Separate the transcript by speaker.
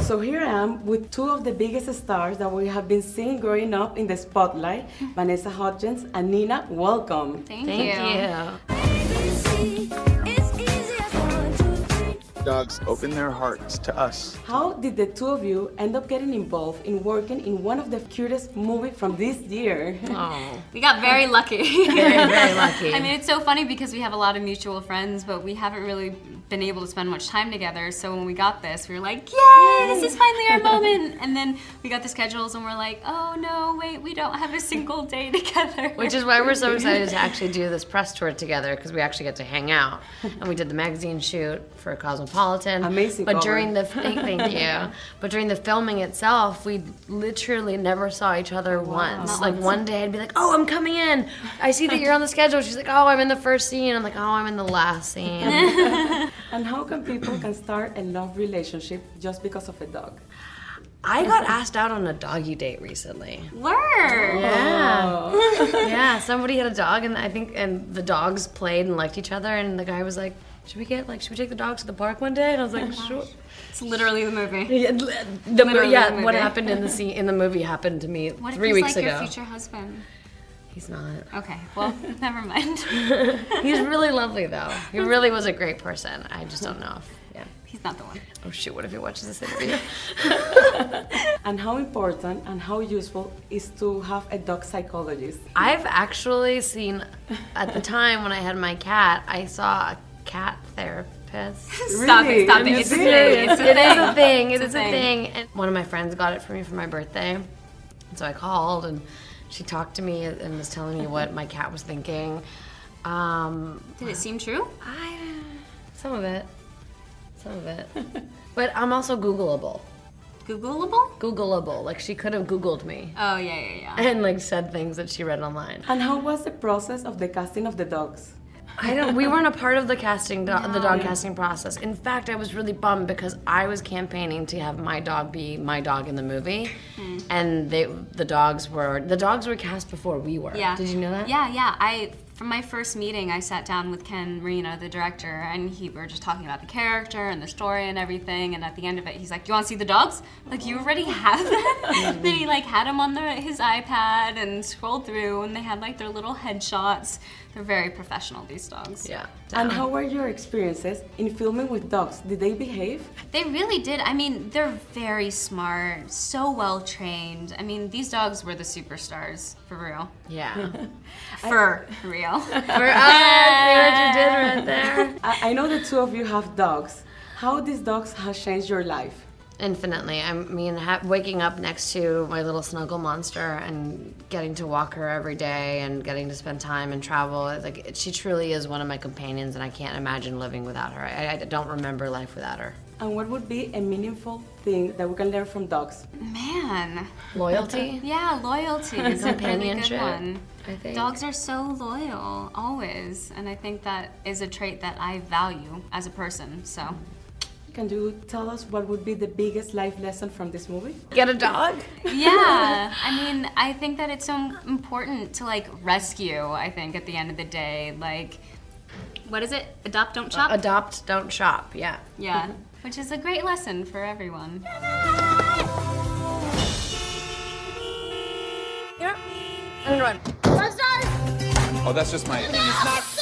Speaker 1: So here I am with two of the biggest stars that we have been seeing growing up in the spotlight, Vanessa Hudgens and Nina. Welcome.
Speaker 2: Thank,
Speaker 3: Dogs open their hearts to us.
Speaker 1: How did the two of you end up getting involved in working in one of the cutest movies from this year?
Speaker 4: Oh,
Speaker 2: We got very lucky.
Speaker 4: very, very lucky.
Speaker 2: I mean, it's so funny because we have a lot of mutual friends, but we haven't really been able to spend much time together. So when we got this, we were like, "Yay, this is finally our moment!" And then we got the schedules, and we're like, "Oh no, wait, we don't have a single day together."
Speaker 4: which is why we're so excited to actually do this press tour together because we actually get to hang out. And we did the magazine shoot for Cosmopolitan.
Speaker 1: Amazing
Speaker 4: But
Speaker 1: cover.
Speaker 4: during the thank, thank you. But during the filming itself, we literally never saw each other once.
Speaker 2: Not
Speaker 4: like
Speaker 2: once.
Speaker 4: one day, I'd be like, "Oh, I'm coming in. I see that you're on the schedule." She's like, "Oh, I'm in the first scene." I'm like, "Oh, I'm in the last scene."
Speaker 1: And how come people can start a love relationship just because of a dog?
Speaker 4: I got asked out on a doggy date recently.
Speaker 2: Word.
Speaker 4: Yeah. yeah, somebody had a dog and I think and the dogs played and liked each other and the guy was like, Should we get like should we take the dogs to the park one day? And I was like, sure.
Speaker 2: It's literally the movie.
Speaker 4: Yeah, l- the mo-
Speaker 2: Literally
Speaker 4: yeah
Speaker 2: the
Speaker 4: what
Speaker 2: movie.
Speaker 4: happened in the scene in the movie happened to me
Speaker 2: What if
Speaker 4: three
Speaker 2: he's
Speaker 4: weeks
Speaker 2: like
Speaker 4: ago.
Speaker 2: your future husband?
Speaker 4: He's not.
Speaker 2: Okay, well, never mind.
Speaker 4: He's really lovely though. He really was a great person. I just don't know if yeah.
Speaker 2: He's not the one.
Speaker 4: Oh shoot, what if he watches this interview?
Speaker 1: And how important and how useful is to have a dog psychologist?
Speaker 4: I've actually seen at the time when I had my cat, I saw a cat therapist.
Speaker 2: Stop
Speaker 1: Really?
Speaker 2: it! Stop
Speaker 1: I'm
Speaker 2: it!
Speaker 1: just
Speaker 2: It's a
Speaker 4: It
Speaker 2: thing.
Speaker 4: is
Speaker 2: It's a thing.
Speaker 4: a thing. It
Speaker 2: It's a
Speaker 4: is a
Speaker 2: thing.
Speaker 4: thing. And one of my friends got it for me for my birthday. And So I called and she talked to me and was telling me what my cat was thinking. Um,
Speaker 2: Did it seem true?
Speaker 4: I some of it, some of it. But I'm also Googleable.
Speaker 2: Googleable?
Speaker 4: Googleable. Like she could have Googled me
Speaker 2: Oh yeah, yeah, yeah.
Speaker 4: and like said things that she read online.
Speaker 1: And how was the process of the casting of the dogs?
Speaker 4: I don't. We weren't a part of the casting, do- the dog casting process. In fact, I was really bummed because I was campaigning to have my dog be my dog in the movie,
Speaker 2: Mm.
Speaker 4: and they, the dogs were the dogs were cast before we were.
Speaker 2: Yeah.
Speaker 4: Did you know that?
Speaker 2: Yeah, yeah. I from my first meeting, I sat down with Ken Marino, the director, and he we were just talking about the character and the story and everything. And at the end of it, he's like, "You want to see the dogs? Like you already have them." then he like had him on the, his iPad and scrolled through, and they had like their little headshots. They're very professional. These dogs.
Speaker 4: Yeah.
Speaker 1: And how were your experiences in filming with dogs? Did they behave?
Speaker 2: They really did. I mean, they're very smart, so well trained. I mean, these dogs were the superstars for real.
Speaker 4: Yeah.
Speaker 2: For real.
Speaker 4: For us, see what you did right there.
Speaker 1: I, I know the two of you have dogs. How these dogs has changed your life?
Speaker 4: Infinitely. I mean, ha- waking up next to my little snuggle monster and getting to walk her every day and getting to spend time and travel. it's Like she truly is one of my companions, and I can't imagine living without her. I, I don't remember life without her.
Speaker 1: And what would be a meaningful thing that we can learn from dogs?
Speaker 2: Man.
Speaker 4: Loyalty.
Speaker 2: Yeah, loyalty is a really good
Speaker 4: Companionship,
Speaker 2: one.
Speaker 4: I think.
Speaker 2: Dogs are so loyal, always. And I think that is a trait that I value as a person. So,
Speaker 1: Can you tell us what would be the biggest life lesson from this movie?
Speaker 4: Get a dog.
Speaker 2: yeah. I mean, I think that it's so important to like rescue, I think, at the end of the day. Like, what is it? Adopt, don't shop?
Speaker 4: Adopt. Don't shop. Yeah.
Speaker 2: yeah. Which is a great lesson for everyone.
Speaker 4: And run.
Speaker 3: Oh, that's just my.
Speaker 5: It's not